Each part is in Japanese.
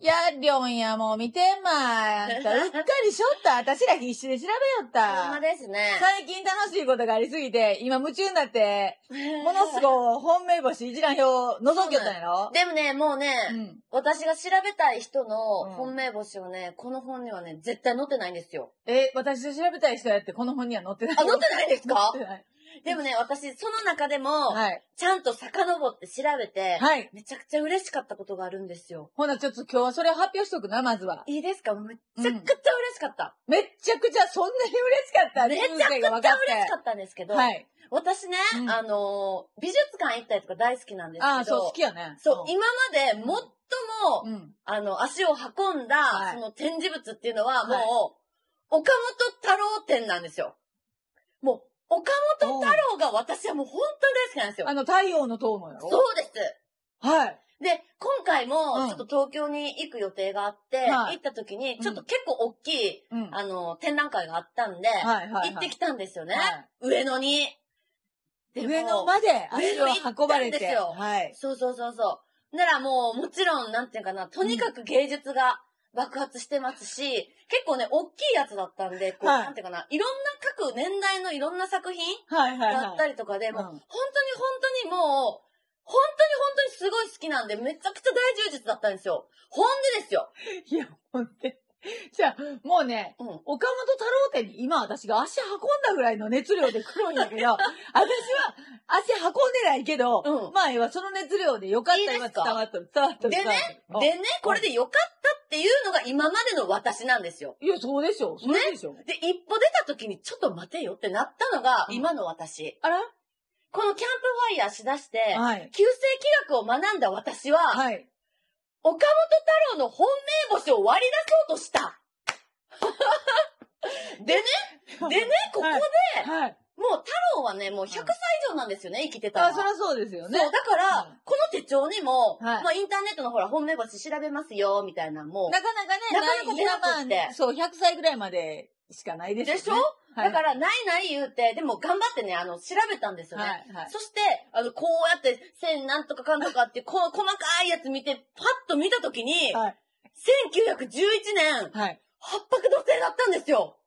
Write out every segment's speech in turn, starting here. やりょんや、もう見てんまい。あんた、うっかりしょった。私ら必死で調べよっほんまた。ですね。最近楽しいことがありすぎて、今夢中になって、ものすい。ごい本命星一覧表覗きよったんやろでもね、もうね、うん。私が調べたい人うんの本命星はね、この本にはね、絶対載ってないんですよ。え、私と調べたい人やってこの本には載ってないあ、よ。載ってないですか載ってないでもね、私、その中でも、 はい。ちゃんと遡って調べて、はい。めちゃくちゃ嬉しかったことがあるんですよ。ほな、ちょっと今日はそれを発表しとくな、まずは。いいですかめちゃくちゃ嬉しかった。めっちゃくちゃ、そんなに嬉しかった。めちゃくちゃ人生が分かって嬉しかったんですけど、はい。私ね、うんあのー、美術館行ったりとか大好きなんですけど、ああ、そう、好きやね。そう、ん今まで最も、うん。あの、足を運んだ、はいその展示物っていうのは、もう、はい岡本太郎展なんですよ。もう、岡本太郎が私はもう本当に大好きなんですよあ。の、太陽の塔のやろそうです。はい。で、今回うんも、ちょっと東京に行く予定があって、はい行った時に、ちょっと結構大きい、うん。あの、展覧会があったんで、はい、はい。行ってきたんですよね。はい上野に。でも上野まで足を運ばれ上野行ったんでて。すよはい。そうそうそうそう。ならもう、もちろん、なんていうかな、とにかく芸術が爆発してますし、結構ね、大きいやつだったんで、こう、はいなんていうかな、いろんな各年代のいろんな作品はい、はい、だっはたい。りとかで、もう、うん本当に本当にもう、本当に本当にすごい好きなんで、めちゃくちゃ大充実だったんですよ。ほんでですよ。いや、ほんで。じゃあ、もうね、うん。岡本太郎店に今私が足運んだぐらいの熱量で来るんやけ ど、私は足運んでないけど、うんまあ、要はその熱量でよかったいい今です伝かわった、伝わった。でね伝わった、でね、これで良かったっていうのが今までの私なんですよ。いや、そうでしょ。そうでしょ。で、一歩出た時にちょっと待てよってなったのがうん今の私。あらこのキャンプファイヤーしだして、はい。旧世紀学を学んだ私は、はい。岡本太郎の本命星を割り出そう とした。でね、でね、ここで、はいはい。もう太郎はね、もう100歳以上なんですよね、生きてたら。あ、そりゃそうですよね。そう、だから、うんこの手帳にも、はいまあインターネットのほら、本命星調べますよ、みたいなのもなかなかね、なかなか出なくないって今まあそう、100歳ぐらいまでしかないですよね。でしょはい、だから、ないない言うて、でも頑張ってね、あの、調べたんですよね。はい、はい。そして、あの、こうやって、線なんとかかんとかって、この細かいやつ見て、パッと見たときに、はい1911年、はい。八白土星だったんですよ。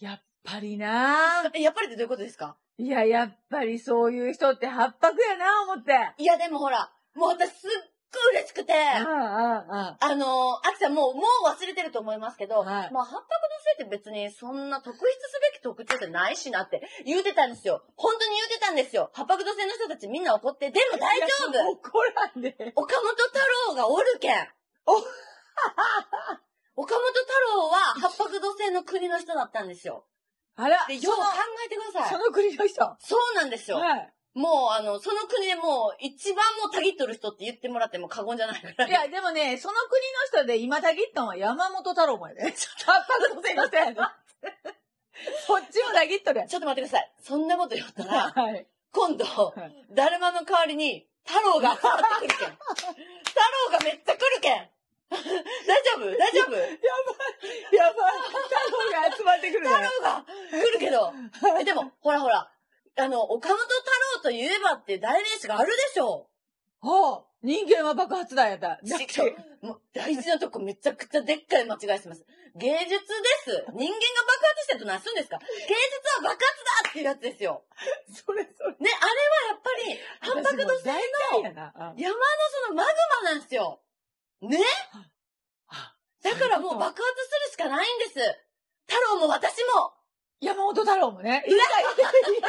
やっぱりなぁ。えやっぱりってどういうことですかいや、やっぱりそういう人って八白やなぁ、思って。いや、でもほら、もう私すっごい嬉しくて、うんうんうん。あのー、あきさんもう、もう忘れてると思いますけど、はいまあ、八白のせいって別にそんな特筆すべき特徴じゃないしなって言うてたんですよ。本当に言うてたんですよ。八白のせいの人たちみんな怒って、でも大丈いや夫怒らんで。岡本太郎がおるけんお 岡本太郎は八白土星の国の人だったんですよ。あら、で、ようそ考の、えてくださそい。の国の人。はそうなんですよ。い。もう、あの、その国でもう、一番もうたぎっとる人って言ってもらっても過言じゃないからい。いや、でもね、その国の人で今たぎったんは山本太郎もや で。八白のせいの人やな。そっちもたぎっとるやんちょっと待ってください。そんなこと言ったら、はい。今度、いだるまの代わりに、太郎が集まってくるけん。太郎がめっちゃ来るけん。大丈夫大丈や夫ばい、やばい。太郎が集まってくるね太。郎が来るけど。えでも、ほらほら、あの、岡本太郎といえばって代名詞があるでしょほう、人間は爆発だやった。ちちょもう大事なとこめちゃくちゃでっかい間違いしてます。芸術です。人間が爆発してると何するんですか芸術は爆発だっていうやつですよ。それそれ。ね、あれはやっぱり、反私白ものう大体やな。うん山のそのマグマなんですよ。ねあだからもう爆発するしかないんです。太郎も私も山本太郎もね。言いたい、言いたい、言いた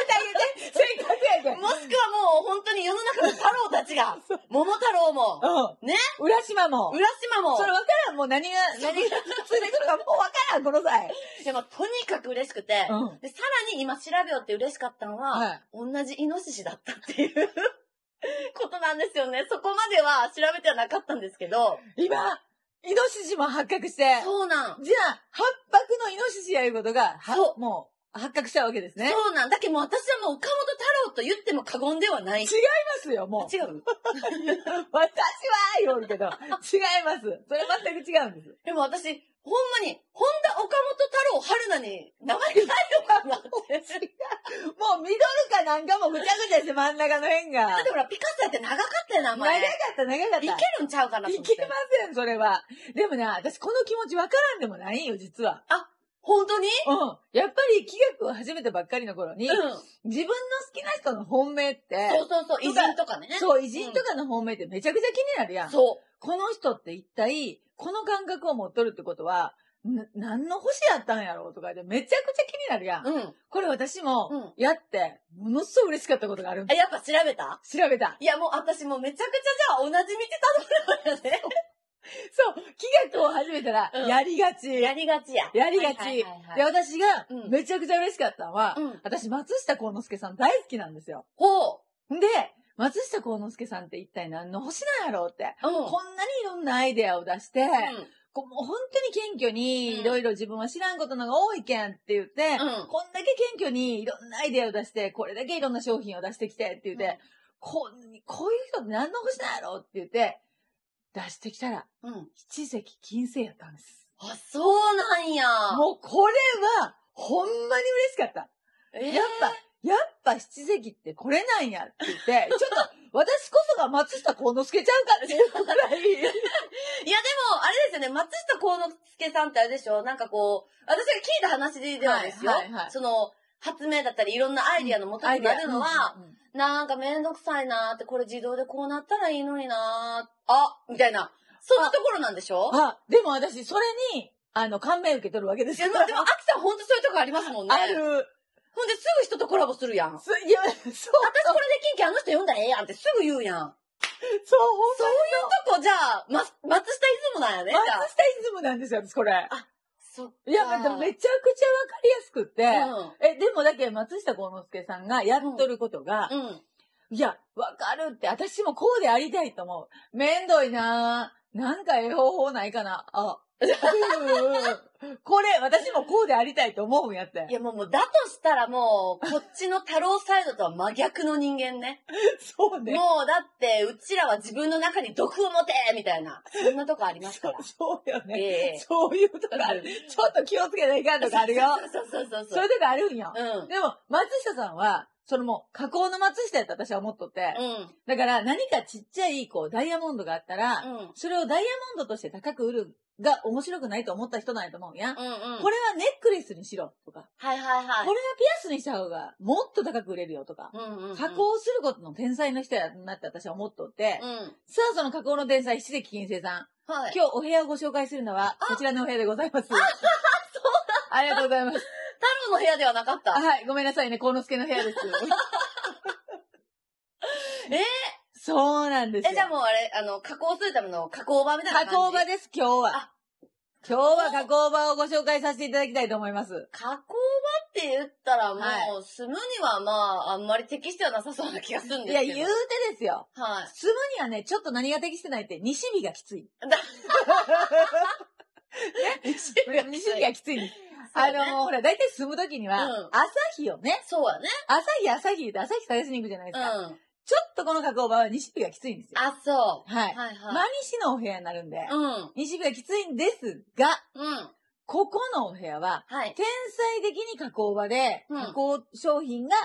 い。せっかくやけん。もしくはもう本当に世の中の太郎たちが そう、桃太郎も、うん。ね浦島も。浦島もそ、れ分からん。もう何が、何が 連れてくるかもう分からん、この際。でもとにかく嬉しくて、うん。で、さらに今調べようって嬉しかったのは、はい。同じイノシシだったっていう ことなんですよね。そこまでは調べてはなかったんですけど、今、イノシシも発覚して。そうなん。じゃあ、八白のイノシシやいうことが、はそうも発覚したわけですね。違いそうなんだけどもう私はもう岡本太郎と言っても過言ではない。ますよ、もう。違う。私は言うけど、違います。それ全く違うんです。でも私、ほんまに、本田岡本太郎春菜に名前変えようかな って。もうミドルかなんかもぐちゃぐちゃして真ん中の辺が。だってほら、ピカソやって長かったよな、長名か前。っいた、長かった。けるんちゃうかなと思いって。けません、それは。でもね、私この気持ちわからんでもないんよ、実は。本当うにん。やっぱり、企画を始めたばっかりの頃に、うん。自分の好きな人の本命って、そうそうそう、偉人とかね。そう、偉人とかの本命ってめちゃくちゃ気になるやん。そこの人って一体、この感覚を持っとるってことは、な何の星やったんやろうとかでめちゃくちゃ気になるやん。う。うん。これ私もうん、やって、ものすごい嬉しかったことがあるんあ、でやっぱ調べたす。調べた。いや、もう私もうめちゃくちゃじゃあ同じ道たどるわよね。そう、企画を始めたらう、んやりがち。やりがちや。やりがちはいはいはいで、はい私がう、んめちゃくちゃ嬉しかったのは、うん。私、松下幸之助さん大好きなんですよ。ほで、松下幸之助さんって一体何の星なんやろうって。う。うん。こんなにいろんなアイデアを出して、うんこうもう本当に謙虚うんに、いろいろ自分は知らんことのが多いけんって言って、うんこんだけ謙虚にいろんなアイデアを出して、これだけいろんな商品を出してきてって言って、こうこういう人って何の星なんやろうって言って、出してきたら、うん。一石金星やったんです。あ、そうなんや。もうこれは、ほんまに嬉しかった。え ーやっぱ、やっぱ七石ってこれなんやって言 って、ちょっと、私こそが松下幸之助ちゃうかっていうくらい、いや、でも、あれですよね、松下幸之助さんってあれでしょなんかこう、私が聞いた話ではですよ、はいはいはいその、発明だったり、いろんなアイディアの元になるのは、、なんかめんどくさいなーって、これ自動でこうなったらいいのになーあ、みたいな。そんなところなんでしょあ、でも私、それに、あの、感銘受け取るわけでいすや、よ。でも、でも、秋さんほんとそういうとこありますもんね。ある。ほんですぐ人とコラボするやん。私こすいや、そう、れでキンキあの人呼んだらええやんってすぐ言うやん。そう、ほんとそういうとこじゃあ、ま、松下イズムなんやね。じゃ松あ下イズムなんですよ、私、これ。そっか。いや、まためちゃくちゃわかりやすくって。うえ、でもだけど松下幸之助さんがやっとることが、ん。うん。いや、わかるって、私もこうでありたいと思う。めんどいなぁ。なんかええ方法ないかな。 あ、うんこれ、私もこうでありたいと思うんやってい。や、もう、もう、だとしたらもう、こっちの太郎サイドとは真逆の人間ね。そうね。もう、だって、うちらは自分の中に毒を持てみたいな。そんなとこありますから。そうよね。ええそういうとこある。ちょっと気をつけないかんとかあるよ。そうそうそうそうそ。いううとこあるんよ。うん。でも、松下さんは、そのもう、加工の松下やって私は思っとって。うん。だから、何かちっちゃい、こう、ダイヤモンドがあったら、うん。それをダイヤモンドとして高く売るが面白くないと思った人なんやと思うんや。うんうん。これはネックレスにしろとか、はいはいはいこれは。ピアスにした方がもっと高く売れるよとか、うんうんうん。加工することの天才の人やなって私は思っとって、うん。さあその加工の天才、七関金星さん。はい。今日お部屋をご紹介するのは、こちらのお部屋でございます。ありがとうございます。太郎の部屋ではなかった。はい、ごめんなさいね、幸之助の部屋 です。えーそうなんですよ。え、じゃあもうあれ、あの、加工するための加工場みたいな加工感じ。場です、今日はあ。今日は加工場をご紹介させていただきたいと思います。加工場って言ったらもはう、住むにはまあ、あんまり適してはなさそうな気がするんいですや、けど。言うてですよ。はい。住むにはね、ちょっと何が適してないって、西日がき つい。西日がきついがきついんです。そあうねの、ほら、大体住むときには、うん朝日をね、そうやね。朝日、朝日って朝日探しに行くじゃないでうすんか。。ちょっとこの加工場は西日がきついんですよ。あ、そう。はい。はい真はい。西のお部屋になるんで、うん。西日がきついんですが、うん。ここのお部屋は、はい。天才的に加工場で、うん加工商品が、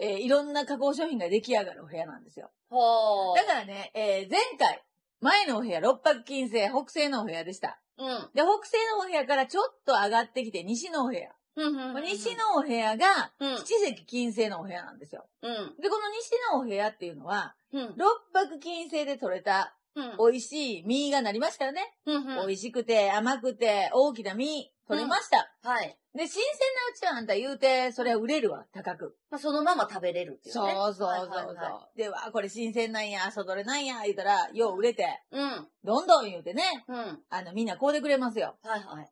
えーいろんな加工商品が出来上がるお部屋なんですよ。ほう。だからね、えー前回、前のお部屋、六白金星、北西のお部屋でした。うん。で、北西のお部屋からちょっと上がってきて、西のお部屋。うんうん。うん西。のお部屋が、うん。七石金星のお部屋なんですよ。うん。で、この西のお部屋っていうのは、うん。六白金星で取れたうん。美味しい実がなりましたよね。うん。うん美味しくて甘くて大きな実取れました。はい。で、新鮮なうちはあんた言うて、それは売れるわ、高く。まあ、そのまま食べれるっていうね。そうそうそうそう。はいはいはで、わあ、これ新鮮なんや、外れなんや、言うたら、よう売れて、うん。どんどん言うてね、うん。あの、みんな買うてくれますよ。はいはい。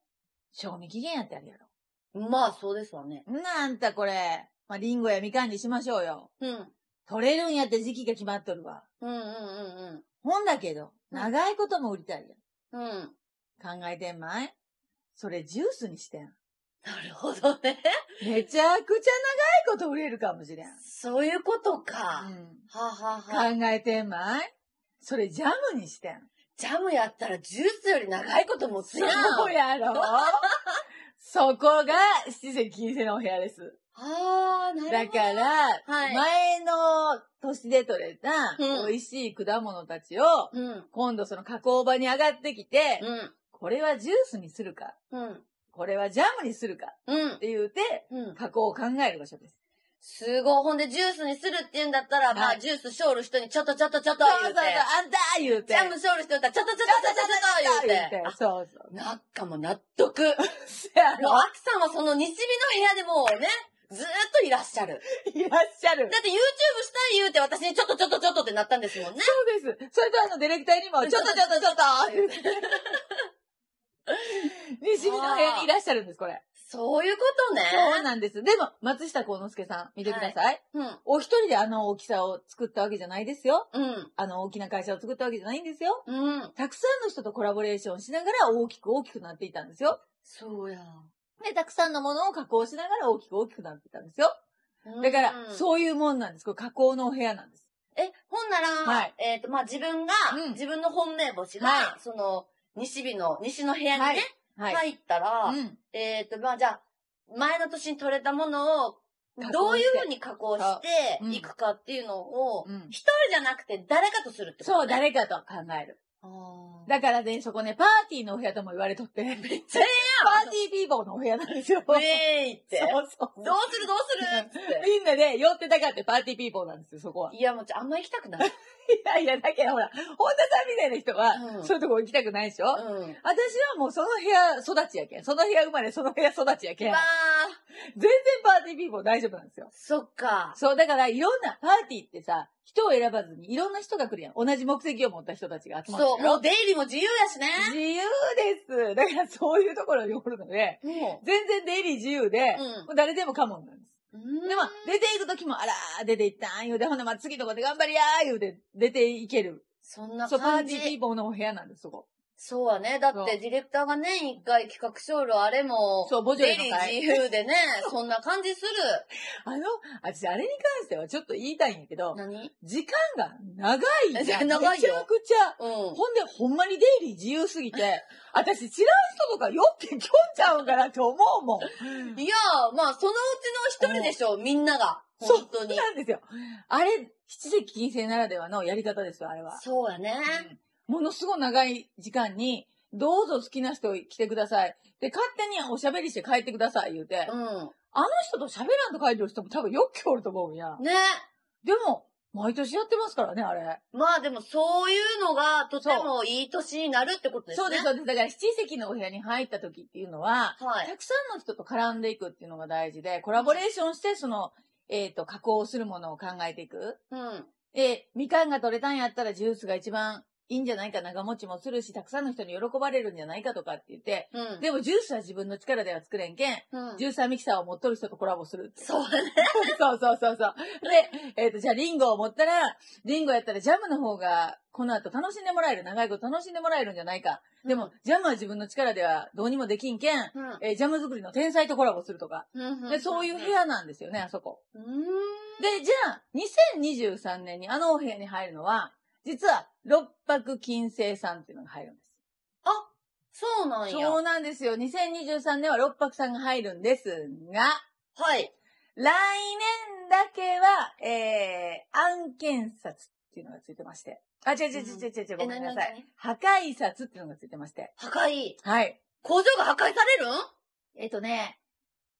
賞味期限やってあるやろ。まあ、そうですわね。んなあんたこれ、まあ、リンゴやみかんにしましょうよ。うん。取れるんやって時期が決まっとるわ。うんうんうんほんだけど、うん長いことも売りたいやん。うん。うん。考えてんまいそれジュースにしてん。なるほどね。めちゃくちゃ長いこと売れるかもしれん。そういうことうか。んはあ、はあはあ、考えてんまいそれジャムにしてん。ジャムやったらジュースより長いこと持つやん。そうやろそこが七席金星のお部屋です。ああ、なるほど。だから、はい前の年で採れたうん美味しい果物たちを、うん。今度その加工場に上がってきて、うん。これはジュースにするか、うん。これはジャムにするかうんっ。て言うて、うん。加工を考える場所です。すごい。ほんで、ジュースにするって言うんだったら、まはあ、いジュースしょる人に、ちょっとちょっとちょっそとうそうそう、言うて。あんたー言うて。ジャムしょる人だったら、ちょっとちょっとちょっとちょっと言うて。あそうそう。なんかもう納得。もう、そやろアキさんはその西日の部屋でもうね、ずーっといらっしゃる。いらっしゃる。だって YouTube したい言うて私にちょっとちょっとちょっとってなったんですもんね。そうです。それとあの、ディレクターにも、ちょっとちょっとちょっと言うて西見の部屋にいらっしゃるんです、これ。そういうことね。そうなんです。でも、松下幸之助さん、見てください。うん。お一人であの大きさを作ったわけじゃないですよ。うん。あの大きな会社を作ったわけじゃないんですよ。うん。たくさんの人とコラボレーションしながら大きく大きくなっていたんですよ。そうや。で、たくさんのものを加工しながら大きく大きくなっていたんですよ。だから、うんそういうもんなんです。これ加工のお部屋なんです。え、ほんなら、はいえっ、と、まあ、自分が、うん自分の本命星が、はその、西日の、西の部屋にね、はいはい。入ったら、うん。えっ、と、まあ、じゃあ、前の年に取れたものを、どういうふうに加工していくかっていうのを、うん一人じゃなくて誰かとするってこと、ね、そう、誰かと考える。あーだからね、そこね、パーティーのお部屋とも言われと って、めっちゃええやパーティーピーボーのお部屋なんですよ。ウェーイって。そうそうどうするどうする って。みんなで、寄ってたかってパーティーピーボーなんですよ、そこは。いいや、もうちょ、あんま行きたくない。やいや、だけどほら、本田さんみたいな人は、うんそういうとこ行きたくないでしょ、私うん。はもうその部屋育ちやけん。その部屋生まれ、その部屋育ちやけんまあ。、全然パーティーピーボー大丈夫なんですよ。そっか。そう、だからいろんなパーティーってさ、人を選ばずにいろんな人が来るやん。同じ目的を持った人たちが集まってそう、るやろもう出入りも自由やしね。自由です。だからそういうところにおるので、も全然出入り自由で、うんもう誰でもカモンなんです。うん。で、まあ、出ていくときも、あらー、出ていったん言うて、ほんで、まあ、次のことで頑張りやー言うて、出ていける。そんなそう、パー感ティーピじ。ーポーのお部屋なんです、そこ。そうはね。だそっうて、ディレクターが年一回企画賞了あれも、そうボジョレの会デイリー自由でね、そんな感じする。あの、私、あれに関してはちょっと言いたいんやけど、何時間が長いじゃん。 長いよめちゃくちゃ。うん。ほんで、ほんまに出入り自由すぎ て、私、知らん人とかよってきょんちゃうんかなって思う もん。いやー、まあ、そのうちの一人でしょ、みんなが。そう本当に。なんですよ。あれ、七石金星ならではのやり方ですよ、あれは。そうやね。ものすごい長い時間に、どうぞ好きな人来てください。で、勝手におしゃべりして帰ってください、言うて。うあん。の人と喋らんと帰る人も多分よっきおると思うんや。ね。でも、毎年やってますからね、あれ。まあでもそういうのがとてもいい年になるってことですね。そうです、そうです。だから、七席のお部屋に入った時っていうのは、はたい。くさんの人と絡んでいくっていうのが大事で、コラボレーションして、その、えっ、と、加工するものを考えていく。うん。で、みかんが取れたんやったらジュースが一番いいんじゃないか、長持ちもするし、たくさんの人に喜ばれるんじゃないかとかって言って、うん。でもジュースは自分の力では作れんけん、うんジューサーミキサーを持っとる人とコラボするっていう。そうね。 そうそうそうそう。で、えっ、と、じゃあリンゴを持ったら、リンゴやったらジャムの方が、この後楽しんでもらえる、長いこと楽しんでもらえるんじゃないか。でも、ジャムは自分の力ではどうにもできんけん、うん、えージャム作りの天才とコラボするとか。うん。で、そういう部。屋なんですよね、あそこ。うーん。で、じゃあ、2023年にあのお部屋に入るのは、実は、六白金星さんっていうのが入るんです。そうなんや。そうなんですよ。2023年は六白さんが入るんですが、はい。来年だけは、えー、案件札っていうのがついてまして。あ、違う違う違う違う違う、ごめんなさい。い。破壊札っていうのがついてまして。破壊。はい。工場が破壊されるんはえっ、とね、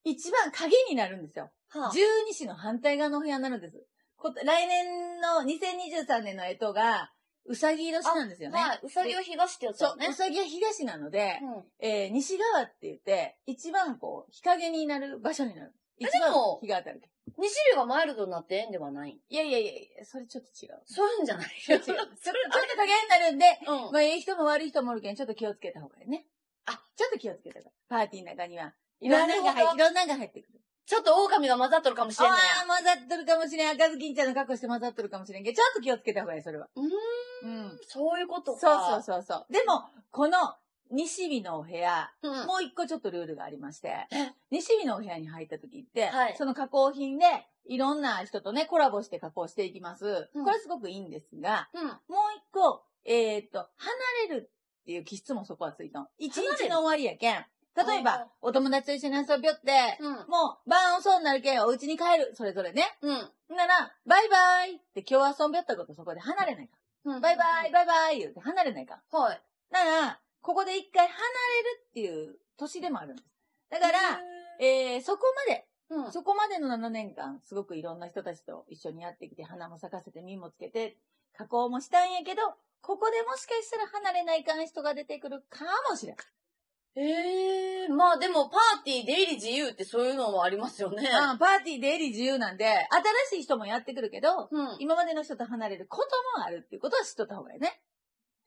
一番鍵になるんですよ。あ十二支の反対側のお部屋になるんです。こ来年の2023年の干支が、うさぎ色しなんですよね。はい。うさぎは東ってやつそだう、ねう。さぎは東なので、うん。えー西側って言って、一番こう、日陰になる場所になる。一で番も日が当たる。西流がマイルドになってええんではない。いやいやいやいや、それちょっと違う。そういうんじゃない。違う違う。それちょっと加減になるんで、うん。まあ、いい人も悪い人もおるけん、ちょっと気をつけた方がいいね。あ、ちょっと気をつけた方がいい。パーティーの中には。いろんなのがな入るほいろんなのが入ってくる。ちょっと狼が混ざっとるかもしあれない。あー、混ざっとるかもしれん。赤ずきんちゃんの格好して混ざっとるかもしれんけど、ちょっと気をつけた方がいい、それは。うーん。うん。そういうことそうか。そうう。そうそう。でも、この、西日のお部屋、うん。もう一個ちょっとルールがありましてえ、西日のお部屋に入った時って、はいその加工品で、いろんな人とね、コラボして加工していきます。うんこれすごくいいんですが、うん。もう一個、えーっと、離れるっていう気質もそこはついたの。一日の終わりやけん。例えあーば、お友達と一緒に遊びよって、うん。もう、晩遅になるけん、お家に帰る。それぞれね。うん。なら、バイバイって今日遊びよったことそこで離れないか。うん。バイバイ、。バイバイ言うて離れないか。はい。なら、ここで一回離れるっていう年でもあるんです。だから、えー、そこまで、うん。そこまでの7年間、すごくいろんな人たちと一緒にやってきて、花も咲かせて、実もつけて、加工もしたんやけど、ここでもしかしたら離れないかん人が出てくるかもしれん。ええまあでもパーティー出入り自由ってそういうのもありますよね。うん、パーティー出入り自由なんで、新しい人もやってくるけど、うん。今までの人と離れることもあるっていうことは知っとった方がいいね。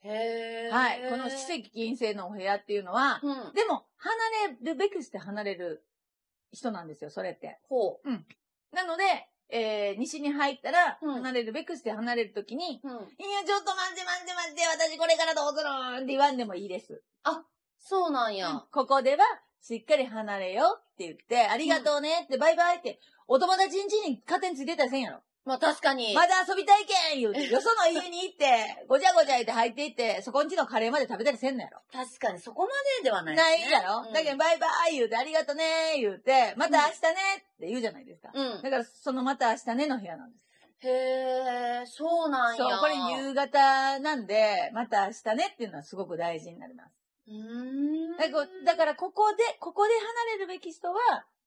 へえ。はい。この奇跡金星のお部屋っていうのは、うん。でも、離れるべくして離れる人なんですよ、それって。ほなので、えー、西に入ったら、うん離れるべくして離れるときに、う。ういん。や、ちょっと待って待って待って、私これからどうするんって言わんでもいいです。そうなんや。ここでは、しっかり離れよって言って、ありがとうねって、バイバイって、お友達ん家に勝手についてたりせんやろ。まあ確かに。まだ遊びたいけん言うて、よその家に行って、ごちゃごちゃ言って入っていって、そこんちのカレーまで食べたりせんのやろ。確かにそこまでではない、ないやろ、うん、だけど、バイバイ言うて、ありがとね言うて、また明日ねって言うじゃないですか。うん。だから、そのまた明日ねの部屋なんです。へえ、そうなんそや。う、これ夕方なんで、また明日ねっていうのはすごく大事になります。うーん。だからこうだからここで、ここで離れるべき人は、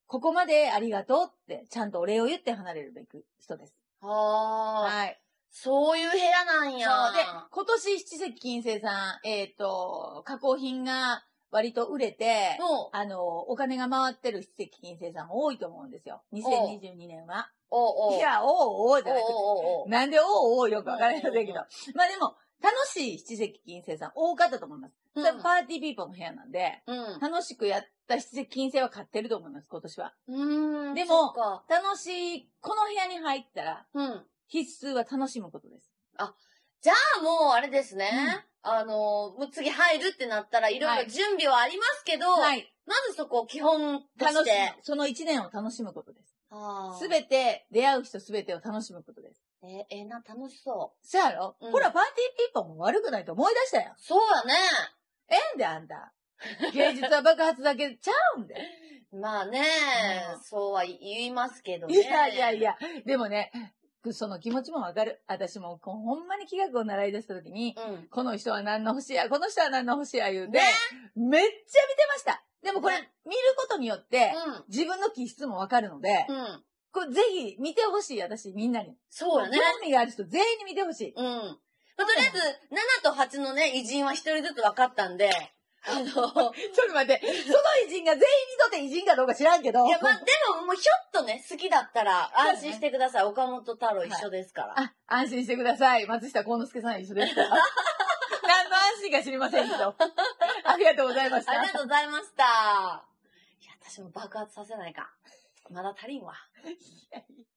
ここまでありがとうって、ちゃんとお礼を言って離れるべき人です。はあ、はい。そういう部屋なんそう。でや。、今年七石金星さん、えっ、と、加工品が割と売れて、おあの、お金が回ってる七石金星さんも多いと思うんですよ。2022年は。おうおういや、おうおうじゃないおうおうおうなんでおうおうよくわからないけど。うんうんうんまあでも、楽しい七石金星さん多かったと思います。うんそれはパーティーピーポーの部屋なんで、うん楽しくやった七石金星は買ってると思います、今年は。うーん。でもそっか楽しい、この部屋に入ったら、うん。必須は楽しむことです。じゃあもうあれですね。あの、もう次入るってなったらいろいはろい準備はありますけど、はい。まずそこを基本と楽し。してむ。その一年を楽しむことです。あすて。べて、出会う人すべてを楽しむことです。え、えな、楽しそそやろ、うんほら、パーティーピーポーも悪くないと思い出したやんう。。そうやね。ええんで、あんた。芸術は爆発だけちゃうんで。まあね、うんそうは言いますけどね。いやいやいや、でもね、その気持ちもわかる。私も、こうほんまに気学を習い出した時に、うん。この人は何の星や、この人は何の星や言うて、ねめっちゃ見てました。でもこれ、ね見ることによって、自分の気質もわかるので、うん。うん。これぜひ見てほしい、私、みんなに。そうやね。興味がある人、全員に見てほしい。うん。まあ、とりあえず、7と8のね、偉人は一人ずつ分かったんで、あの、い ちょっと待って、その偉人が全員にとって偉人かどうか知らんけど。や、まあ、でも、もう、ひょっとね、好きだったら、安心してください。岡本太郎一緒ですから。あ、安心してください。松下幸之助さん一緒 ですから。何の安心か知りませんけど。ありがとうございました。ありがとうございました。いや、私も爆発させないか。まだ足りんわ。